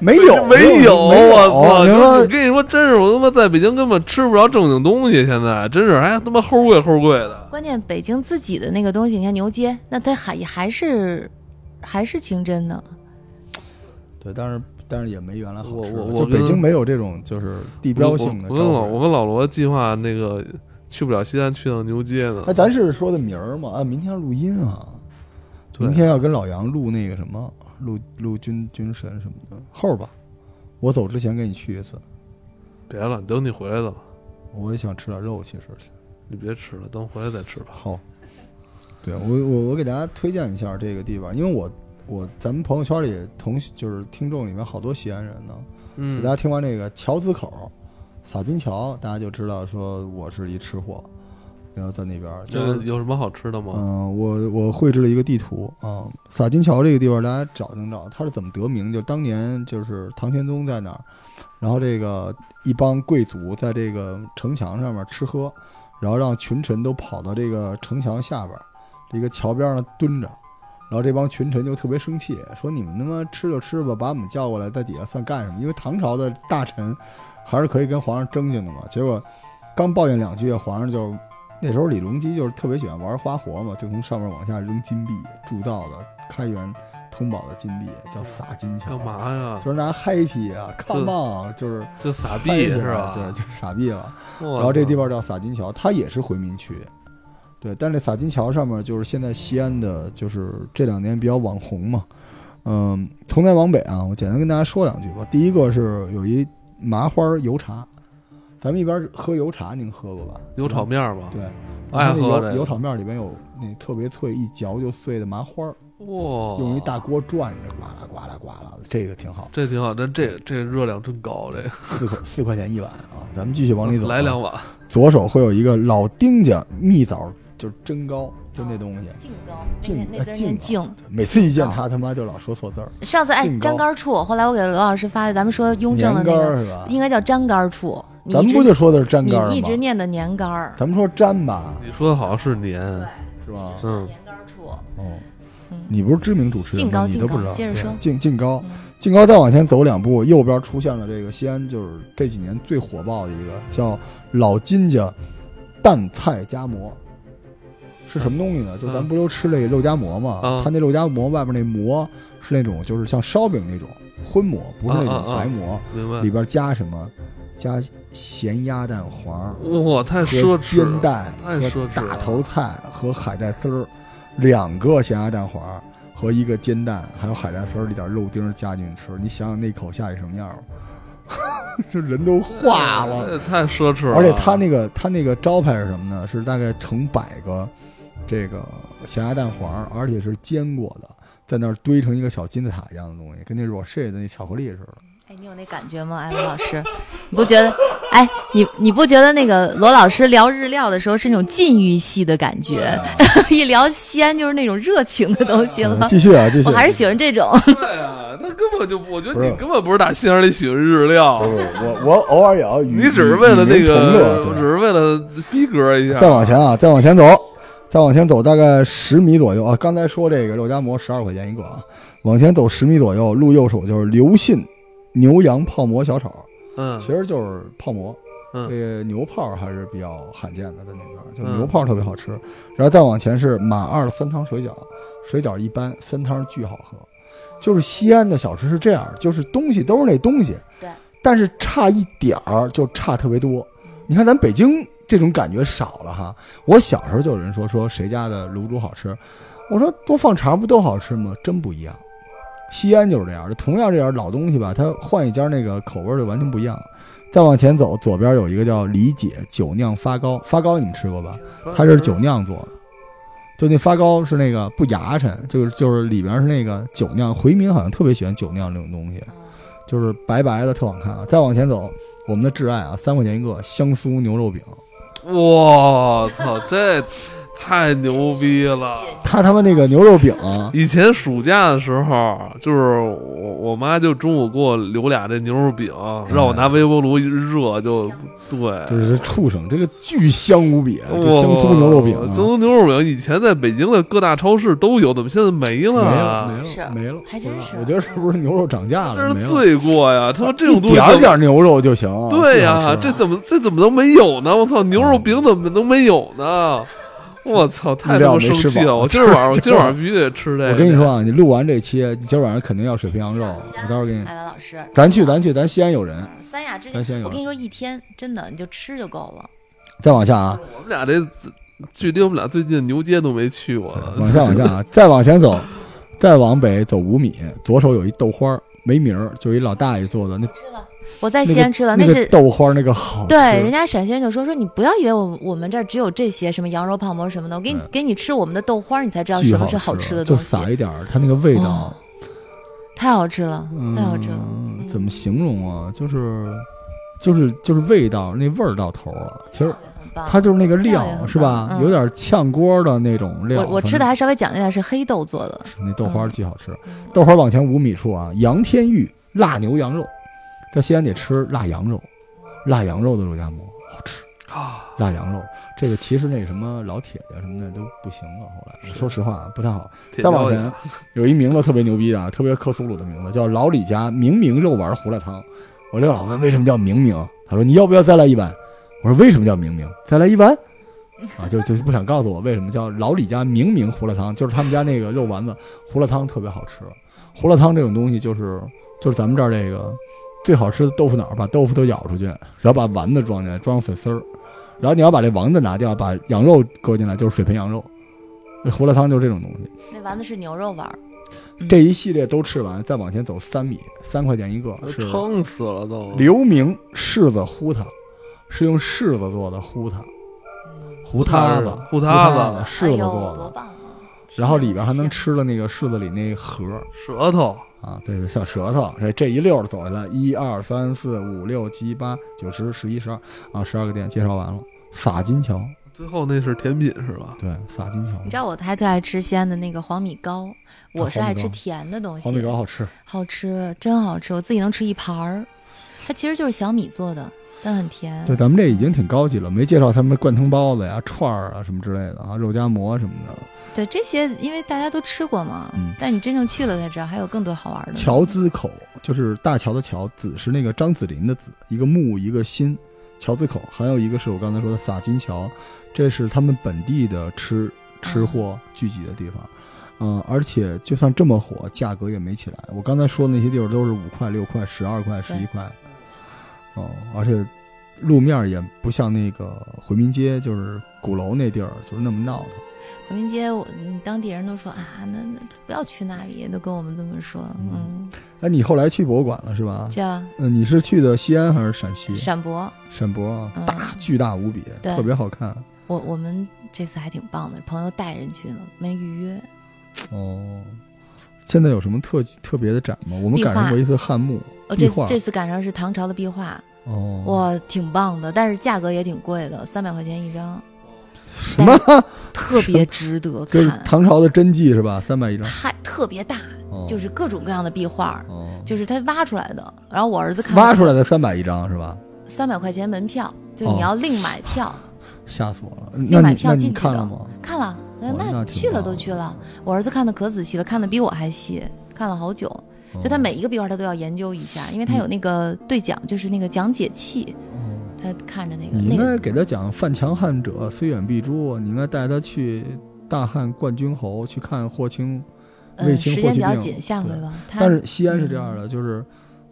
[SPEAKER 2] 没有
[SPEAKER 3] (laughs) 没
[SPEAKER 2] 有哦
[SPEAKER 3] 有，我操！
[SPEAKER 2] 你
[SPEAKER 3] 就是
[SPEAKER 2] 说
[SPEAKER 3] 跟你说，真是我他妈在北京根本吃不着正经东西，现在真是还他妈齁贵齁贵的。
[SPEAKER 1] 关键北京自己的那个东西，你看牛街，那它还还是还是清真的。
[SPEAKER 2] 对，但是但是也没原来好
[SPEAKER 3] 我
[SPEAKER 2] 吃
[SPEAKER 3] 我
[SPEAKER 2] 了。
[SPEAKER 3] 我
[SPEAKER 2] 就
[SPEAKER 3] 跟
[SPEAKER 2] 北京没有这种就是地标性的
[SPEAKER 3] 我我跟
[SPEAKER 2] 招
[SPEAKER 3] 老
[SPEAKER 2] 牌
[SPEAKER 3] 我跟老罗计划那个去不了西安，去趟牛街呢
[SPEAKER 2] 哎，。 (laughs) 咱是说的名儿嘛？啊，明天要录音啊，
[SPEAKER 3] 对
[SPEAKER 2] 明天要跟老杨录那个什么，录录军军神什么的。后儿吧，我走之前跟你去一次，
[SPEAKER 3] 别了，等你回来了，
[SPEAKER 2] 我也想吃点肉，其实。
[SPEAKER 3] 你别吃了，等回来再吃吧。
[SPEAKER 2] 好，对我我我给大家推荐一下这个地方，因为我我咱们朋友圈里同就是听众里面好多西安人呢，
[SPEAKER 3] 嗯
[SPEAKER 2] 大，家听完这个桥子口、洒金桥，大家就知道说我是一吃货，然后在那边儿就
[SPEAKER 3] 这
[SPEAKER 2] 是。
[SPEAKER 3] 有什么好吃的吗？
[SPEAKER 2] 嗯、我我绘制了一个地图啊、洒金桥这个地方大家找能找，它是怎么得名？就当年就是唐玄宗在那儿，然后这个一帮贵族在这个城墙上面吃喝，然后让群臣都跑到这个城墙下边儿这个桥边上蹲着，然后这帮群臣就特别生气，说你们他妈吃就吃吧，把我们叫过来在底下算干什么？因为唐朝的大臣还是可以跟皇上争竞的嘛。结果刚抱怨两句，皇上就那时候李隆基就是特别喜欢玩花活嘛，就从上面往下扔金币，铸造的开元通宝的金币叫洒金桥
[SPEAKER 3] 干，嘛呀？
[SPEAKER 2] 就是拿 happy 啊，come on，就是
[SPEAKER 3] 就傻
[SPEAKER 2] 嗨
[SPEAKER 3] 逼
[SPEAKER 2] 起来
[SPEAKER 3] 是吧？
[SPEAKER 2] 对，就傻逼了。
[SPEAKER 3] 然
[SPEAKER 2] 然后这地方叫洒金桥，它也是回民区。对，但这洒金桥上面就是现在西安的，就是这两年比较网红嘛。嗯，从南往北啊，我简单跟大家说两句吧。第一个是有一麻花油茶，咱们一边喝油茶，您喝过吧？
[SPEAKER 3] 有炒面吗？
[SPEAKER 2] 对，
[SPEAKER 3] 爱喝
[SPEAKER 2] 它那
[SPEAKER 3] 这
[SPEAKER 2] 油
[SPEAKER 3] 个
[SPEAKER 2] 油炒面里边有那特别脆，一嚼就碎的麻花儿，
[SPEAKER 3] 哇，
[SPEAKER 2] 用一大锅转着，呱啦呱啦呱啦，这个挺好，
[SPEAKER 3] 这挺好，但这这热量真高，这
[SPEAKER 2] 四块四块钱一碗啊。咱们继续往里走啊，
[SPEAKER 3] (laughs) 来两碗，
[SPEAKER 2] 左手会有一个老丁家蜜枣，就是蒸糕，就那东西。
[SPEAKER 1] 净高，
[SPEAKER 2] 净
[SPEAKER 1] 那那字
[SPEAKER 2] 呃
[SPEAKER 1] 儿
[SPEAKER 2] 净
[SPEAKER 1] 念
[SPEAKER 2] 高
[SPEAKER 1] 净。
[SPEAKER 2] 每次一见他，他妈就老说错字儿。
[SPEAKER 1] 上次哎
[SPEAKER 2] 净，高
[SPEAKER 1] 粘杆处，后来我给罗老师发的，咱们说雍
[SPEAKER 2] 年
[SPEAKER 1] 正的那
[SPEAKER 2] 干
[SPEAKER 1] 个
[SPEAKER 2] 儿是吧？
[SPEAKER 1] 应该叫粘杆处，你一
[SPEAKER 2] 咱们
[SPEAKER 1] 直
[SPEAKER 2] 不就说的是粘
[SPEAKER 1] 你
[SPEAKER 2] 干儿
[SPEAKER 1] 一直
[SPEAKER 2] 吗？
[SPEAKER 1] 念的年杆儿，
[SPEAKER 2] 咱们说粘吧，
[SPEAKER 3] 你说的好像是年，
[SPEAKER 2] 是吧？
[SPEAKER 3] 嗯，
[SPEAKER 1] 年杆儿处，
[SPEAKER 2] 哦
[SPEAKER 1] 嗯，
[SPEAKER 2] 你不是知名主持人
[SPEAKER 1] 净高
[SPEAKER 2] 吗，你都
[SPEAKER 1] 净高
[SPEAKER 2] 不知道。
[SPEAKER 1] 接着
[SPEAKER 2] 对
[SPEAKER 1] 说
[SPEAKER 2] 净净高，
[SPEAKER 1] 嗯
[SPEAKER 2] 净高再往前走两步，右边出现了这个西安，就是这几年最火爆的一个叫老金家蛋菜夹馍，是什么东西呢？就是咱们不都吃这个肉夹馍嘛？
[SPEAKER 3] 嗯
[SPEAKER 2] 它那肉夹馍外边那馍是那种就是像烧饼那种荤馍，不是那
[SPEAKER 3] 嗯嗯
[SPEAKER 2] 种
[SPEAKER 3] 嗯
[SPEAKER 2] 白馍，
[SPEAKER 3] 明白
[SPEAKER 2] 里？边加什么？加咸鸭蛋黄
[SPEAKER 3] 哇，太奢
[SPEAKER 2] 和
[SPEAKER 3] 侈
[SPEAKER 2] 煎
[SPEAKER 3] 了，
[SPEAKER 2] 蛋
[SPEAKER 3] 太奢侈
[SPEAKER 2] 和
[SPEAKER 3] 了
[SPEAKER 2] 大头菜和海带丝儿，两个咸鸭蛋黄和一个煎蛋，还有海带丝儿里点肉丁儿加进去吃，你想想那口下去什么样儿 (laughs) 吧就人都化了。
[SPEAKER 3] 这太奢侈了。
[SPEAKER 2] 而且他那个他那个招牌是什么呢？是大概成百个这个咸鸭蛋黄，而且是煎过的，在那儿堆成一个小金字塔一样的东西，跟那 Roche 的那巧克力似的。
[SPEAKER 1] 哎，你有那感觉吗，哎，罗老师？你不觉得？哎，你你不觉得那个罗老师聊日料的时候是那种禁欲系的感觉， (laughs) 一聊西安就是那种热情的东西
[SPEAKER 2] 啊嗯
[SPEAKER 1] 了。
[SPEAKER 2] 继续啊，继续。
[SPEAKER 1] 我还是喜欢这种，
[SPEAKER 2] 嗯
[SPEAKER 3] 对啊，他根本就，我觉
[SPEAKER 2] 不
[SPEAKER 3] 得
[SPEAKER 2] 是
[SPEAKER 3] 你根本不是打心眼里喜欢日料
[SPEAKER 2] 不，是哦我我偶尔也要与
[SPEAKER 3] 你只是为了
[SPEAKER 2] 与
[SPEAKER 3] 那
[SPEAKER 2] 民同乐
[SPEAKER 3] 个，
[SPEAKER 2] 对
[SPEAKER 3] 只是为了逼格一下。
[SPEAKER 2] 再往前啊，再往前走，再往前走大概十米左右啊，刚才说这个肉夹馍十二块钱一个啊，往前走十米左右，路右手就是刘信牛羊泡馍小炒，
[SPEAKER 3] 嗯
[SPEAKER 2] 其实就是泡馍。
[SPEAKER 3] 嗯
[SPEAKER 2] 这个牛泡还是比较罕见的，在那边儿就
[SPEAKER 3] 嗯
[SPEAKER 2] 牛泡特别好吃。然后再往前是满二的酸汤水饺，水饺一般，酸汤巨好喝。就是西安的小吃是这样，就是东西都是那东西，
[SPEAKER 1] 对，
[SPEAKER 2] 但是差一点儿就差特别多。你看咱北京这种感觉少了哈。我小时候就有人说说谁家的卤煮好吃，我说多放肠不都好吃吗？真不一样。西安就是这样，同样这点老东西吧，它换一家那个口味儿就完全不一样。再往前走，左边有一个叫李姐酒酿发糕，发糕你们吃过吧？它是酒酿做的，就那发糕是那个不牙碜，就是就是里边是那个酒酿。回民好像特别喜欢酒酿这种东西，
[SPEAKER 3] 哦
[SPEAKER 2] 就是白白的特好看啊。再往前走，我们的挚爱啊，三块钱一个香酥牛肉饼，
[SPEAKER 3] 哦我操，这太牛逼了！
[SPEAKER 2] 它他妈那个牛肉饼啊，
[SPEAKER 3] (laughs) 以前暑假的时候，就是我我妈就中午给我留俩这牛肉饼，让我拿微波炉一热就对。
[SPEAKER 2] 就是畜生，这个巨香无比，啊
[SPEAKER 3] 哇
[SPEAKER 2] 这香酥牛肉饼、啊，
[SPEAKER 3] 香酥牛肉饼以前在北京的各大超市都有，怎么现在没
[SPEAKER 2] 没
[SPEAKER 3] 了？
[SPEAKER 2] 了没
[SPEAKER 1] 是
[SPEAKER 2] 了没了，
[SPEAKER 1] 还真
[SPEAKER 2] 不知道
[SPEAKER 1] 是
[SPEAKER 2] 啊我觉得是不是牛肉涨价了？
[SPEAKER 3] 啊这是
[SPEAKER 2] 没了
[SPEAKER 3] 罪过呀！他说这种东
[SPEAKER 2] 一点儿
[SPEAKER 3] 西怎么
[SPEAKER 2] 点啊儿牛肉就行。
[SPEAKER 3] 对呀、
[SPEAKER 2] 呀、
[SPEAKER 3] 这怎么这怎么能没有呢？我操，牛肉饼怎么能没有呢？我
[SPEAKER 2] (laughs)
[SPEAKER 3] 操，太他妈生气了！我今儿晚上，我今儿晚上必须得吃这个。
[SPEAKER 2] 我跟你说，啊，你录完这期，你今儿晚上肯定要水皮羊肉，我到时候给你。
[SPEAKER 1] 艾文老师，
[SPEAKER 2] 咱去，咱去，咱西安有人。
[SPEAKER 1] 嗯三亚之
[SPEAKER 2] 咱先
[SPEAKER 1] 前，
[SPEAKER 2] 有
[SPEAKER 1] 我跟你说，一天真的你就吃就够了。
[SPEAKER 2] 再往下啊，
[SPEAKER 3] 我们俩这距离我们俩最近的牛街都没去过呢。
[SPEAKER 2] 往下往下啊，再往前走，再往北走五米，左手有一豆花儿，没名儿，就一老大爷做的那
[SPEAKER 1] 吃了，我在
[SPEAKER 2] 那
[SPEAKER 1] 西
[SPEAKER 2] 个
[SPEAKER 1] 安吃了，
[SPEAKER 2] 那
[SPEAKER 1] 是
[SPEAKER 2] 个豆花儿那个好吃。
[SPEAKER 1] 对，人家陕西人就说说你不要以为我我们这儿只有这些什么羊肉泡馍什么的，我给你
[SPEAKER 2] 嗯
[SPEAKER 1] 给你吃我们的豆花儿，你才知道
[SPEAKER 2] 巨
[SPEAKER 1] 什么是
[SPEAKER 2] 好
[SPEAKER 1] 好吃的
[SPEAKER 2] 就
[SPEAKER 1] 东西，
[SPEAKER 2] 撒一点儿，它那个味道
[SPEAKER 1] 哦，哎太好吃了，
[SPEAKER 2] 嗯
[SPEAKER 1] 太好吃了。
[SPEAKER 2] 怎么形容啊？就是，就是就是味道，那味儿到头了。其实
[SPEAKER 1] 很棒
[SPEAKER 2] 它就是那个
[SPEAKER 1] 哦料也
[SPEAKER 2] 料
[SPEAKER 1] 很
[SPEAKER 2] 是吧
[SPEAKER 1] 棒？嗯
[SPEAKER 2] 有点炝锅的那种料。
[SPEAKER 1] 我我吃的还稍微讲究一下，是黑豆做的，
[SPEAKER 2] 那豆花儿巨好吃。
[SPEAKER 1] 嗯
[SPEAKER 2] 豆花儿往前五米处啊，杨天玉辣牛羊肉，在西安得吃辣羊肉，辣羊肉的肉夹馍好吃。
[SPEAKER 3] 啊，
[SPEAKER 2] 辣羊肉这个其实那什么老铁家什么的都不行了，后来说实话啊不太好。再往前有一名字特别牛逼的啊，特别克苏鲁的名字，叫老李家明明肉丸胡辣汤。我就老问为什么叫明明，他说你要不要再来一碗？我说为什么叫明明？再来一碗？啊，就就是不想告诉我为什么叫老李家明明胡辣汤，就是他们家那个肉丸子胡辣汤特别好吃。胡辣汤这种东西就是就是咱们这儿这个最好吃的豆腐脑儿，把豆腐都咬出去，然后把丸子装进来，装上粉丝儿，然后你要把这丸子拿掉，把羊肉搁进来，就是水盆羊肉。这胡辣汤就是这种东西。
[SPEAKER 1] 那丸子是牛肉丸儿，
[SPEAKER 2] 这一系列都吃完，再往前走三米，三块钱一个
[SPEAKER 3] 都
[SPEAKER 2] 是
[SPEAKER 3] 撑死了都。
[SPEAKER 2] 刘明柿子糊它，是用柿子做的糊它，糊塌子，
[SPEAKER 3] 糊塌
[SPEAKER 2] 塌
[SPEAKER 3] 子
[SPEAKER 2] 子，柿
[SPEAKER 1] 哎
[SPEAKER 2] 子
[SPEAKER 1] 呦
[SPEAKER 2] 做
[SPEAKER 1] 多
[SPEAKER 2] 的，
[SPEAKER 1] 棒啊！
[SPEAKER 2] 然后里边还能吃的那个柿子里那核儿
[SPEAKER 3] 舌头，
[SPEAKER 2] 啊，对对，小舌头，这这一溜儿走下来，一二三四五六七八九十十一十二啊，十二个店介绍完了，洒金桥，
[SPEAKER 3] 最后那是甜品是吧？
[SPEAKER 2] 对，洒金
[SPEAKER 1] 你知
[SPEAKER 2] 桥，
[SPEAKER 1] 道我还特爱吃西安的那个黄米糕，我是
[SPEAKER 2] 啊黄米
[SPEAKER 1] 爱吃
[SPEAKER 2] 糕
[SPEAKER 1] 甜的东西，
[SPEAKER 2] 黄米糕好吃，
[SPEAKER 1] 好吃，真好吃，我自己能吃一盘儿。它其实就是小米做的，但很甜。
[SPEAKER 2] 对，咱们这已经挺高级了，没介绍他们灌汤包子呀、串儿啊什么之类的啊，肉夹馍什么的。
[SPEAKER 1] 对这些，因为大家都吃过嘛，
[SPEAKER 2] 嗯
[SPEAKER 1] 但你真正去了才知道还有更多好玩的。
[SPEAKER 2] 乔兹口就是大乔的乔，子是那个张子霖的子，一个木一个心。乔兹口还有一个是我刚才说的洒金桥，这是他们本地的吃吃货聚集的地方。嗯，而且就算这么火，价格也没起来。我刚才说的那些地方都是五块、六块、十二块、十一块。哦、而且路面儿也不像那个回民街，就是鼓楼那地儿，就是那么闹腾。
[SPEAKER 1] 回民街，我嗯当地人都说啊，那那不要去那里，都跟我们这么说。嗯，
[SPEAKER 2] 哎，你后来去博物馆了是吧？
[SPEAKER 1] 叫
[SPEAKER 2] 嗯，你是去的西安还是陕西？
[SPEAKER 1] 陕博，
[SPEAKER 2] 陕博啊，
[SPEAKER 1] 嗯
[SPEAKER 2] 大巨大无比，
[SPEAKER 1] 对
[SPEAKER 2] 特别好看。
[SPEAKER 1] 我我们这次还挺棒的，朋友带人去呢，没预约。
[SPEAKER 2] 哦，现在有什么特特别的展吗？我们
[SPEAKER 1] 嗯壁画
[SPEAKER 2] 赶上过一次汉墓
[SPEAKER 1] 哦，
[SPEAKER 2] 壁
[SPEAKER 1] 这
[SPEAKER 2] 画
[SPEAKER 1] 这次赶上是唐朝的壁画，
[SPEAKER 2] 哦，
[SPEAKER 1] 哇，挺棒的，但是价格也挺贵的，三百块钱一
[SPEAKER 2] (laughs)
[SPEAKER 1] 张，
[SPEAKER 2] 什么？
[SPEAKER 1] 特别值得
[SPEAKER 2] (laughs) 就是
[SPEAKER 1] 看，
[SPEAKER 2] 唐朝的真迹是吧？三百一张，
[SPEAKER 1] 太特别大，
[SPEAKER 2] 哦
[SPEAKER 1] 就是各种各样的壁画，
[SPEAKER 2] 哦，
[SPEAKER 1] 就是他挖出来的。然后我儿子看
[SPEAKER 2] 挖出来的三百一张是吧？
[SPEAKER 1] 三百块钱门票，就
[SPEAKER 2] 哦
[SPEAKER 1] 你要另买票，
[SPEAKER 2] 吓死我了！
[SPEAKER 1] 另
[SPEAKER 2] 那
[SPEAKER 1] 买
[SPEAKER 2] 你
[SPEAKER 1] 票
[SPEAKER 2] 那你
[SPEAKER 1] 进去
[SPEAKER 2] 看
[SPEAKER 1] 的
[SPEAKER 2] 了吗？
[SPEAKER 1] 看了，那
[SPEAKER 2] 哇那挺
[SPEAKER 1] 去了
[SPEAKER 2] 棒
[SPEAKER 1] 都
[SPEAKER 2] 的
[SPEAKER 1] 去了。我儿子看的可仔细了，看的比我还细，看了好久。
[SPEAKER 2] 哦
[SPEAKER 1] 就他每一个壁画他都要研究一下，因为他有那个对讲，就是那个讲解器，
[SPEAKER 2] 嗯
[SPEAKER 1] 他看着那个
[SPEAKER 2] 你
[SPEAKER 1] 那
[SPEAKER 2] 应
[SPEAKER 1] 个
[SPEAKER 2] 该给他讲“犯强汉者，虽远必诛”，你应该带他去大汉冠军侯去看霍青。卫
[SPEAKER 1] 呃
[SPEAKER 2] 青
[SPEAKER 1] 时
[SPEAKER 2] 霍
[SPEAKER 1] 间
[SPEAKER 2] 去
[SPEAKER 1] 比较
[SPEAKER 2] 病
[SPEAKER 1] 紧，下回
[SPEAKER 2] 对
[SPEAKER 1] 吧。他
[SPEAKER 2] 但是西安是这样的，就是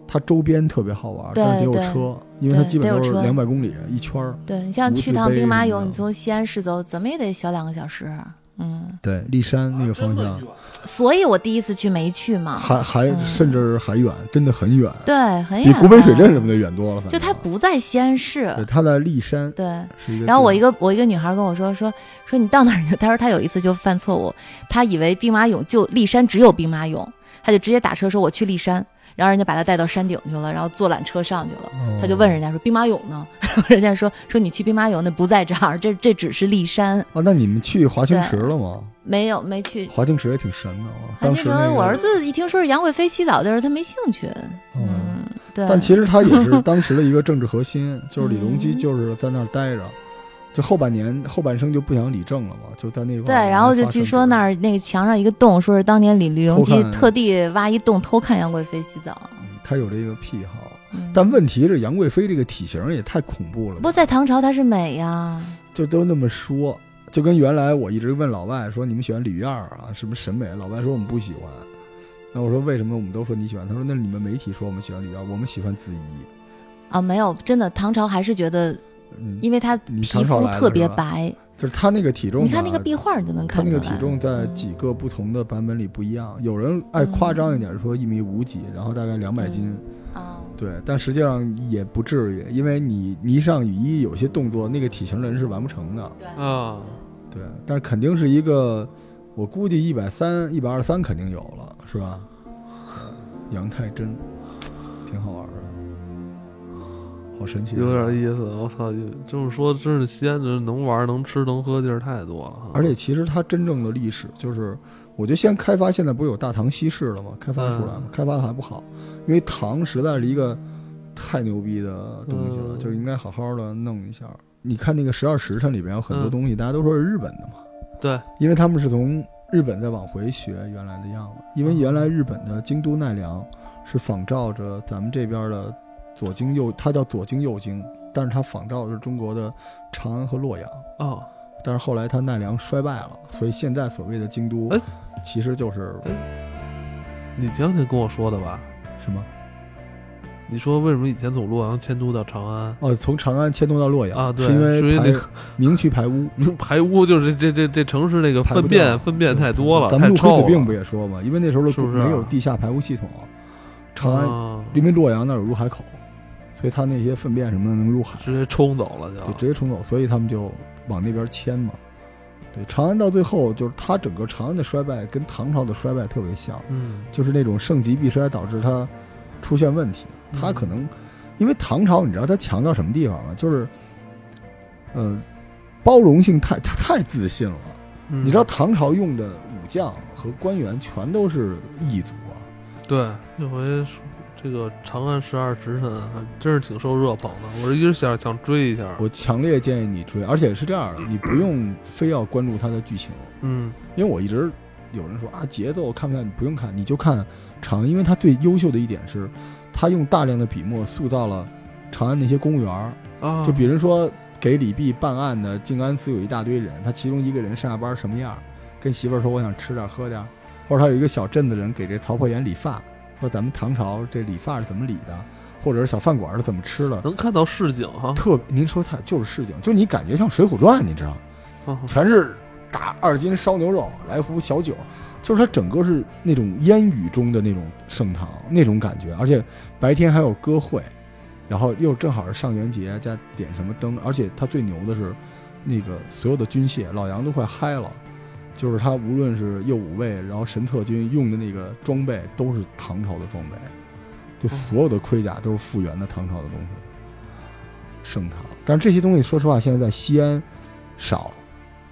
[SPEAKER 2] 它周边特别好玩，
[SPEAKER 1] 对
[SPEAKER 2] 但是得有
[SPEAKER 1] 嗯对
[SPEAKER 2] 车，因为它
[SPEAKER 1] 对
[SPEAKER 2] 基本
[SPEAKER 1] 得有
[SPEAKER 2] 都是
[SPEAKER 1] 车
[SPEAKER 2] 两百公里一圈儿。
[SPEAKER 1] 对你像
[SPEAKER 2] 无
[SPEAKER 1] 去
[SPEAKER 2] 字
[SPEAKER 1] 趟
[SPEAKER 2] 碑
[SPEAKER 1] 兵马
[SPEAKER 2] 什么
[SPEAKER 1] 俑，
[SPEAKER 2] 的
[SPEAKER 1] 你从西安市走，怎么也得小两个小时。
[SPEAKER 2] (laughs)
[SPEAKER 1] 嗯，
[SPEAKER 2] 对，骊山那个方
[SPEAKER 3] 啊
[SPEAKER 2] 向，
[SPEAKER 1] 所以我第一次去没去嘛。
[SPEAKER 2] 还还
[SPEAKER 1] 嗯
[SPEAKER 2] 甚至还远，真的很远，
[SPEAKER 1] 对，很
[SPEAKER 2] 比
[SPEAKER 1] 远。
[SPEAKER 2] 古北水镇什么的远多了。反
[SPEAKER 1] 就
[SPEAKER 2] 正
[SPEAKER 1] 它不在西安市
[SPEAKER 2] 对，。它在骊山
[SPEAKER 1] 对，
[SPEAKER 2] 是一个。
[SPEAKER 1] 然后我一
[SPEAKER 2] 个，
[SPEAKER 1] 个我一个女孩跟我说说说你到哪儿去？ (laughs) 她说她有一次就犯错误，她以为兵马俑就骊山只有兵马俑，她就直接打车说我去骊山，然后人家把她带到山顶去了，然后坐缆车上去了。她就问人家说兵马俑呢？ (laughs) 然后人家说说你去兵马俑那不在这儿，这这只是骊山，
[SPEAKER 2] 啊，那你们去华清池了吗？
[SPEAKER 1] 没有没去。
[SPEAKER 2] 华清池也挺神的啊。
[SPEAKER 1] 韩
[SPEAKER 2] 当
[SPEAKER 1] 星
[SPEAKER 2] 时那
[SPEAKER 1] 说
[SPEAKER 2] 个
[SPEAKER 1] 我儿，子一听说是杨贵妃洗澡的时候，他没兴趣。
[SPEAKER 2] 嗯，
[SPEAKER 1] 嗯，对。
[SPEAKER 2] 但其实它也
[SPEAKER 1] (laughs)
[SPEAKER 2] 是当时的一个政治核心，就是李隆基
[SPEAKER 1] 嗯
[SPEAKER 2] 就是在那儿待着。就后半年后半生就不想理政了嘛，就在那块
[SPEAKER 1] 对，
[SPEAKER 2] 儿
[SPEAKER 1] 然后就
[SPEAKER 2] 发
[SPEAKER 1] 据
[SPEAKER 2] 生
[SPEAKER 1] 说
[SPEAKER 2] 什么
[SPEAKER 1] 那儿那个墙上一个洞，说是当年李李隆
[SPEAKER 2] 偷
[SPEAKER 1] 基
[SPEAKER 2] 看
[SPEAKER 1] 特地挖一洞偷看杨贵妃洗澡。
[SPEAKER 2] 嗯他有这个癖好，
[SPEAKER 1] 嗯
[SPEAKER 2] 但问题是杨贵妃这个体型也太恐怖了
[SPEAKER 1] 不
[SPEAKER 2] 吧，
[SPEAKER 1] 在唐朝她是美呀，
[SPEAKER 2] 就都那么说，就跟原来我一直问老外说你们喜欢吕燕儿啊，什么审美，老外说我们不喜欢，那我说为什么我们都说你喜欢？他说那你们媒体说我们喜欢吕燕儿，我们喜欢子怡，
[SPEAKER 1] 啊没有，真的唐朝还是觉得，
[SPEAKER 2] 嗯，
[SPEAKER 1] 因为她
[SPEAKER 2] 你
[SPEAKER 1] 皮
[SPEAKER 2] 唐朝
[SPEAKER 1] 肤
[SPEAKER 2] 来的
[SPEAKER 1] 特
[SPEAKER 2] 是
[SPEAKER 1] 别
[SPEAKER 2] 吧
[SPEAKER 1] 白，
[SPEAKER 2] 就是他那个体重吧，
[SPEAKER 1] 你看那个壁画你就能
[SPEAKER 2] 他
[SPEAKER 1] 看
[SPEAKER 2] 那
[SPEAKER 1] 出
[SPEAKER 2] 个
[SPEAKER 1] 来。
[SPEAKER 2] 体重在几个不同的版本里不一样，有人爱夸张一点说一米五几，然后大概两百斤。
[SPEAKER 1] 啊，
[SPEAKER 2] 对，但实际上也不至于，因为你泥上雨衣有些动作，那个体型的人是完不成的。
[SPEAKER 1] 对
[SPEAKER 3] 啊，
[SPEAKER 2] 对，但是肯定是一个，我估计一百三、一百二三肯定有了，是吧？杨太真，挺好玩的，好神奇，啊
[SPEAKER 3] 有点。意思。我操，有这么说，真是西安这能玩能吃能喝地儿太多了哈。
[SPEAKER 2] 而且其实它真正的历史就是，我就先开发，现在不是有大唐西市了吗？开发出
[SPEAKER 3] 嗯
[SPEAKER 2] 来吗？开发的还不好，因为唐实在是一个太牛逼的东西了，
[SPEAKER 3] 嗯
[SPEAKER 2] 就是应该好好的弄一下。你看那个十二时辰里边有很多
[SPEAKER 3] 嗯
[SPEAKER 2] 东西，大家都说是日本的嘛，
[SPEAKER 3] 对，
[SPEAKER 2] 因为他们是从日本再往回学原来的样子，因为
[SPEAKER 3] 嗯
[SPEAKER 2] 原来日本的京都奈良是仿照着咱们这边的左京右，它叫左京右京，但是它仿照着中国的长安和洛阳，
[SPEAKER 3] 哦，
[SPEAKER 2] 但是后来它奈良衰败了，所以现在所谓的京都
[SPEAKER 3] 哎，
[SPEAKER 2] 其实就是
[SPEAKER 3] 你前两天跟我说的吧？
[SPEAKER 2] 什么？
[SPEAKER 3] 你说为什么以前从洛阳迁都到长安？ (laughs)
[SPEAKER 2] 哦，从长安迁都到洛阳
[SPEAKER 3] 啊对
[SPEAKER 2] 是因
[SPEAKER 3] 是因
[SPEAKER 2] 为
[SPEAKER 3] 为那
[SPEAKER 2] 排明渠排
[SPEAKER 3] (laughs)
[SPEAKER 2] 污。
[SPEAKER 3] 排污就是这这这这城市那个
[SPEAKER 2] 排不
[SPEAKER 3] 粪便
[SPEAKER 2] 掉
[SPEAKER 3] 粪便太多了，
[SPEAKER 2] 咱们
[SPEAKER 3] 太
[SPEAKER 2] 陆
[SPEAKER 3] 臭
[SPEAKER 2] 黑
[SPEAKER 3] 了。
[SPEAKER 2] 子病不也说嘛？因为那时候的
[SPEAKER 3] 是不是啊
[SPEAKER 2] 没有地下排污系统，长安
[SPEAKER 3] 啊，
[SPEAKER 2] 因为洛阳那儿有入海口，所以它那些粪便什么的能入海。
[SPEAKER 3] 直接冲走了就
[SPEAKER 2] 就。直接冲走，所以他们就往那边迁嘛。对，长安到最后就是它整个长安的衰败跟唐朝的衰败特别像，
[SPEAKER 3] 嗯，
[SPEAKER 2] 就是那种盛极必衰导致它出现问题。它可能因为唐朝，你知道它强到什么地方吗？就是，呃，包容性太它太自信了。
[SPEAKER 3] 嗯
[SPEAKER 2] 你知道唐朝用的武将和官员全都是异族啊，
[SPEAKER 3] 对，这回是这个长安十二时辰还真是挺受热捧的，我这一直想想追一下。
[SPEAKER 2] 我强烈建议你追，而且是这样的，你不用非要关注它的剧情。
[SPEAKER 3] 嗯，
[SPEAKER 2] 因为我一直有人说啊，节奏看不看，你不用看，你就看长安，因为它最优秀的一点是，它用大量的笔墨塑造了长安那些公务员儿，
[SPEAKER 3] 啊，
[SPEAKER 2] 就比如说给李泌办案的静安寺有一大堆人，他其中一个人上下班什么样儿，跟媳妇儿说我想吃点儿喝点儿，或者他有一个小镇子人给这曹破岩理发，说咱们唐朝这理发是怎么理的，或者是小饭馆儿是怎么吃的。
[SPEAKER 3] 能看到市井哈。 (laughs)
[SPEAKER 2] 特您说太就是市井，就是你感觉像《水浒传》，你知道吗？
[SPEAKER 3] 啊
[SPEAKER 2] 全是打二斤烧牛肉，来壶小酒，就是它整个是那种烟雨中的那种盛唐那种感觉，而且白天还有歌会，然后又正好是上元节加点什么灯，而且它最牛的是，那个所有的军械老杨都快嗨了，就是他无论是右武卫，然后神策军用的那个装备都是唐朝的装备，就所有的盔甲都是复原的唐朝的东西，盛唐。但是这些东西说实话，现在在西安少。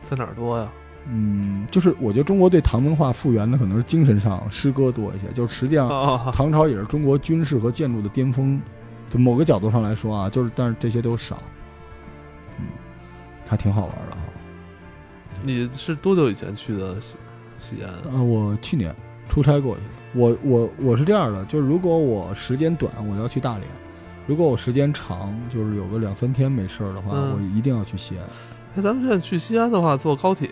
[SPEAKER 3] 在哪儿多呀？
[SPEAKER 2] 嗯，就是我觉得中国对唐文化复原的可能是精神上诗歌多一些，就是实际上
[SPEAKER 3] 啊，
[SPEAKER 2] 唐朝也是中国军事和建筑的巅峰，就某个角度上来说啊，就是但是这些都少，嗯，还挺好玩的啊，
[SPEAKER 3] 你是多久以前去的西西安啊？
[SPEAKER 2] 呃，我去年出差过去，我我我是这样的，就是如果我时间短，我要去大连；如果我时间长，就是有个两三天没事儿的话，
[SPEAKER 3] 嗯
[SPEAKER 2] 我一定要去西安，
[SPEAKER 3] 那哎咱们现在去西安的话，坐高铁，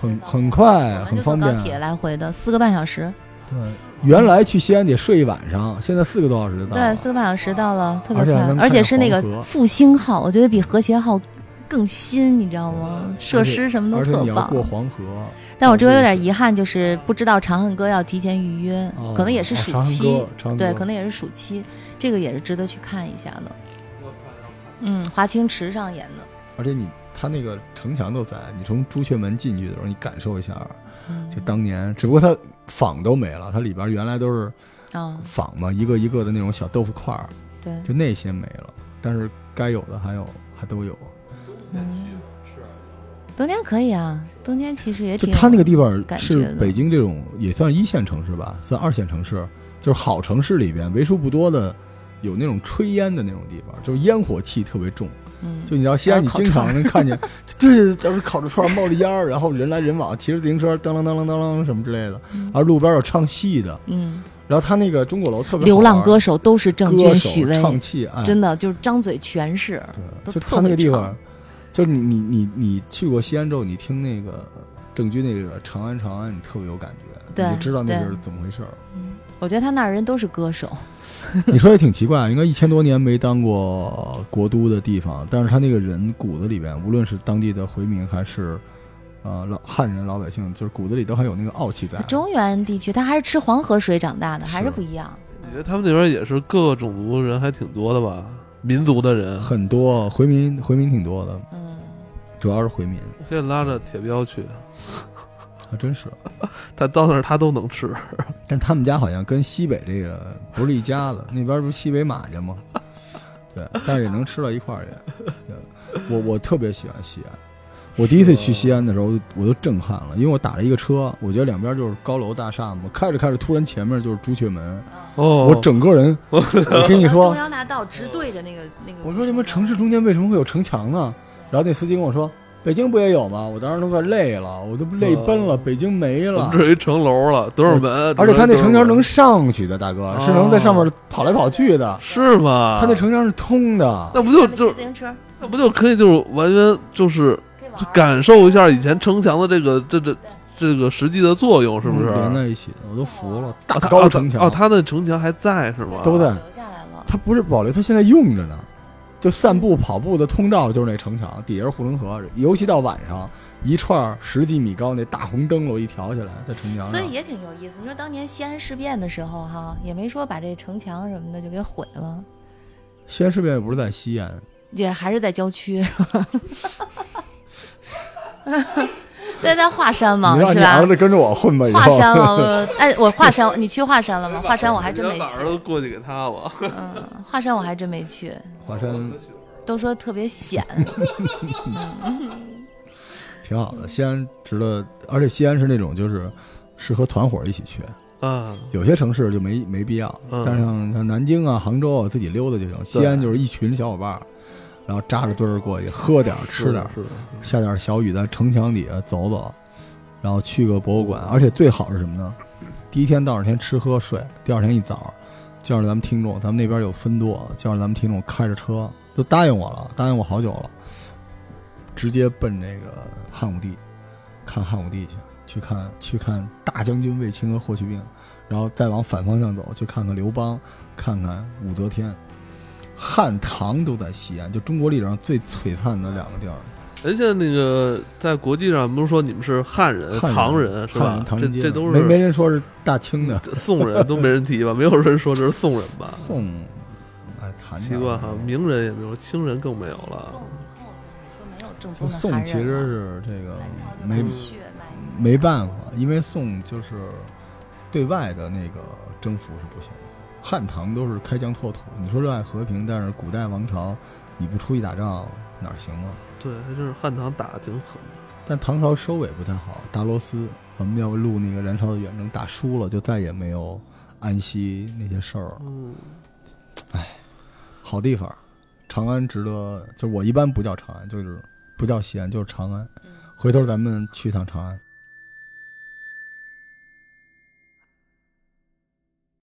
[SPEAKER 2] 很很快，
[SPEAKER 1] 我们
[SPEAKER 2] 很
[SPEAKER 1] 就
[SPEAKER 2] 方
[SPEAKER 1] 坐
[SPEAKER 2] 便
[SPEAKER 1] 高。铁来回的，四个半小时，
[SPEAKER 2] 对，原来去西安得睡一晚上，现在四个多小时就到了。啊
[SPEAKER 1] 对，四个半小时到了，特别
[SPEAKER 2] 而且还
[SPEAKER 1] 快
[SPEAKER 2] 能，
[SPEAKER 1] 而且
[SPEAKER 2] 看
[SPEAKER 1] 是那个
[SPEAKER 2] 黄河
[SPEAKER 1] 复兴号，我觉得比和谐号更新，你知道吗？设
[SPEAKER 2] 而且
[SPEAKER 1] 施什么都
[SPEAKER 2] 而且
[SPEAKER 1] 特
[SPEAKER 2] 你要
[SPEAKER 1] 棒。
[SPEAKER 2] 过黄河，
[SPEAKER 1] 但我这个有
[SPEAKER 2] 位
[SPEAKER 1] 点
[SPEAKER 2] 置
[SPEAKER 1] 遗憾，就是不知道《长恨歌》要提前预约，
[SPEAKER 2] 哦
[SPEAKER 1] 可能也是
[SPEAKER 2] 哦
[SPEAKER 1] 暑
[SPEAKER 2] 长恨
[SPEAKER 1] 期
[SPEAKER 2] 歌，长恨
[SPEAKER 1] 对，
[SPEAKER 2] 歌
[SPEAKER 1] 可能也是暑期，这个也是值得去看一下的。嗯，华清池上演的，
[SPEAKER 2] 而且你它那个城墙都在，你从朱雀门进去的时候，你感受一下，
[SPEAKER 1] 嗯
[SPEAKER 2] 就当年，只不过它仿都没了，它里边原来都是
[SPEAKER 1] 啊，
[SPEAKER 2] 仿嘛，一个一个的那种小豆腐块儿，
[SPEAKER 1] 对，
[SPEAKER 2] 就那些没了，但是该有的还有，还都有。
[SPEAKER 1] 嗯，冬天可以啊，冬天其实也
[SPEAKER 2] 就
[SPEAKER 1] 挺
[SPEAKER 2] 它那个地方
[SPEAKER 1] 感觉
[SPEAKER 2] 是
[SPEAKER 1] 的
[SPEAKER 2] 北京这种也算一线城市吧，算二线城市，就是好城市里边为数不多的有那种炊烟的那种地方，就是烟火气特别重。
[SPEAKER 1] 嗯，
[SPEAKER 2] 就你到西安，你经常能看见，对，都是烤着串儿冒着烟儿，然后人来人往，骑着自行车当啷当啷当啷什么之类的，然后路边有唱戏的，
[SPEAKER 1] 嗯，
[SPEAKER 2] 然后他那个钟鼓楼特别
[SPEAKER 1] 流浪
[SPEAKER 2] 好玩
[SPEAKER 1] 歌手都是郑
[SPEAKER 2] 歌
[SPEAKER 1] 钧、
[SPEAKER 2] 手
[SPEAKER 1] 许巍，
[SPEAKER 2] 唱戏，哎，
[SPEAKER 1] 真的就是张嘴全是，
[SPEAKER 2] 对，
[SPEAKER 1] 都
[SPEAKER 2] 就
[SPEAKER 1] 特
[SPEAKER 2] 他那
[SPEAKER 1] 会
[SPEAKER 2] 个地
[SPEAKER 1] 唱
[SPEAKER 2] 方，就是你你你你去过西安之后，你听那个郑钧那个《长安长安》，你特别有感觉，
[SPEAKER 1] 对
[SPEAKER 2] 你就知道那
[SPEAKER 1] 对
[SPEAKER 2] 是怎么回事儿。
[SPEAKER 1] 我觉得他那儿人都是歌手，
[SPEAKER 2] 你说也挺奇怪，应该一千多年没当过国都的地方，但是他那个人骨子里边，无论是当地的回民还是呃老汉人老百姓，就是骨子里都还有那个傲气在。
[SPEAKER 1] 中原地区他还是吃黄河水长大的，还是
[SPEAKER 2] 是
[SPEAKER 1] 不一样。
[SPEAKER 3] 你觉得他们那边也是各个种族人还挺多的吧？民族的人
[SPEAKER 2] 很多回民，回民挺多的，
[SPEAKER 1] 嗯，
[SPEAKER 2] 主要是回民，
[SPEAKER 3] 可以拉着铁彪去，
[SPEAKER 2] 还真是。
[SPEAKER 3] 他到那儿他都能吃。
[SPEAKER 2] 但他们家好像跟西北这个不是一家子，那边不是西北马家吗？对，但是也能吃到一块儿去。对我我特别喜欢西安，我第一次去西安的时候，我都震撼了，因为我打了一个车，我觉得两边就是高楼大厦嘛，开着开着，突然前面就是朱雀门，
[SPEAKER 3] 哦，
[SPEAKER 2] 我整个
[SPEAKER 3] (laughs)
[SPEAKER 2] 人，我跟你说
[SPEAKER 1] 中，央大道直对着那个那个，
[SPEAKER 2] 我说你们城市中间为什么会有城墙呢？然后那司机跟我说，北京不也有吗？我当时都快累了，我都泪奔了，
[SPEAKER 3] 哦
[SPEAKER 2] 北京没
[SPEAKER 3] 我
[SPEAKER 2] 了
[SPEAKER 3] 们。这一城楼了，德胜门，
[SPEAKER 2] 而且他那城墙
[SPEAKER 3] 德胜
[SPEAKER 2] 能
[SPEAKER 3] 门
[SPEAKER 2] 上去的，大哥
[SPEAKER 3] 哦
[SPEAKER 2] 是能在上面跑来跑去的。
[SPEAKER 3] 是吗？
[SPEAKER 2] 他那城墙是通的，
[SPEAKER 3] 那不就
[SPEAKER 1] 他们骑
[SPEAKER 3] 就
[SPEAKER 1] 自行车
[SPEAKER 3] 那不就可以就是完全就是
[SPEAKER 1] 可以玩
[SPEAKER 3] 就
[SPEAKER 1] 儿
[SPEAKER 3] 感受一下以前城墙的这个这这这个实际的作用，是不是？哦
[SPEAKER 2] 连在一起的？我都服了，嗯大
[SPEAKER 3] 哦它
[SPEAKER 2] 高城墙
[SPEAKER 3] 哦，它的城墙还在是吗？
[SPEAKER 2] 都在
[SPEAKER 1] 留下来了。
[SPEAKER 2] 它不是保留，它现在用着呢。就散步、跑步的通道就是那城墙，底下是护城河，尤其到晚上，一串十几米高那大红灯笼一条起来，在城墙上。
[SPEAKER 1] 所以也挺有意思。你说当年西安事变的时候，哈，也没说把这城墙什么的就给毁了，
[SPEAKER 2] 西安事变不是在西安，
[SPEAKER 1] 也还是在郊区。对，在华山嘛，
[SPEAKER 2] 你让
[SPEAKER 1] 是
[SPEAKER 2] 你
[SPEAKER 1] 吧
[SPEAKER 2] 儿？子跟着我混吧，以
[SPEAKER 1] 华
[SPEAKER 2] 后。
[SPEAKER 1] 山嘛，我哎，我华山，你去华山了吗？
[SPEAKER 3] 把
[SPEAKER 1] 华山我还真没
[SPEAKER 3] 把儿
[SPEAKER 1] 去，
[SPEAKER 3] 子过去给
[SPEAKER 2] (laughs)
[SPEAKER 3] 他吧。
[SPEAKER 1] 嗯，华山我还真没去，
[SPEAKER 2] 华山
[SPEAKER 1] 都说特别险。
[SPEAKER 2] 挺好的，西安值得，而且西安是那种就是适合团伙一起去，
[SPEAKER 3] 啊，
[SPEAKER 2] 有些城市就没没必要，
[SPEAKER 3] 嗯
[SPEAKER 2] 但是像像南京啊、杭州啊，自己溜达就行。西安
[SPEAKER 3] 对
[SPEAKER 2] 就是一群小伙伴儿，然后扎着堆儿过去，喝点儿、吃点儿，
[SPEAKER 3] 是的，
[SPEAKER 2] 下点儿小雨，在城墙底下走走，然后去个博物馆。而且最好是什么呢？第一天到那儿先吃喝睡，第二天一早叫上咱们听众，咱们那边有分舵，叫上咱们听众开着车，都答应我了，答应我好久了，直接奔那个汉武帝，看汉武帝去，去看去看大将军卫青和霍去病，然后再往反方向走，去看看刘邦，看看武则天。汉唐都在西安，就中国历史上最璀璨的两个地儿。
[SPEAKER 3] 人哎现在那个在国际上不是说你们是汉人、
[SPEAKER 2] 汉
[SPEAKER 3] 唐
[SPEAKER 2] 人
[SPEAKER 3] 是
[SPEAKER 2] 汉
[SPEAKER 3] 吧
[SPEAKER 2] 人？唐
[SPEAKER 3] 这
[SPEAKER 2] 人街
[SPEAKER 3] 这
[SPEAKER 2] 的
[SPEAKER 3] 都
[SPEAKER 2] 没没
[SPEAKER 3] 是嗯
[SPEAKER 2] 人说是大清的
[SPEAKER 3] 宋人，都没人提吧？没有人说这是宋人
[SPEAKER 2] (laughs)
[SPEAKER 3] 吧？
[SPEAKER 2] 宋，哎，残
[SPEAKER 3] 奇
[SPEAKER 2] 点儿
[SPEAKER 3] 怪哈，明人也没有，清人更没有了。
[SPEAKER 1] 说没有正宗的
[SPEAKER 2] 宋
[SPEAKER 1] 汉人
[SPEAKER 2] 其实是这个
[SPEAKER 1] 了
[SPEAKER 2] 没
[SPEAKER 1] 血脉
[SPEAKER 2] 没办法，因为宋就是对外的那个征服是不行的。汉唐都是开疆拓土，你说热爱和平，但是古代王朝你不出去打仗哪儿行啊？
[SPEAKER 3] 对，还真是汉唐打得挺狠的。
[SPEAKER 2] 但唐朝收尾不太好，大罗斯我们要录那个《燃烧的远征》，打输了就再也没有安息那些事儿了。
[SPEAKER 3] 嗯，
[SPEAKER 2] 好地方，长安值得。就我一般不叫长安，就是不叫西安，就是长安，回头咱们去趟长安。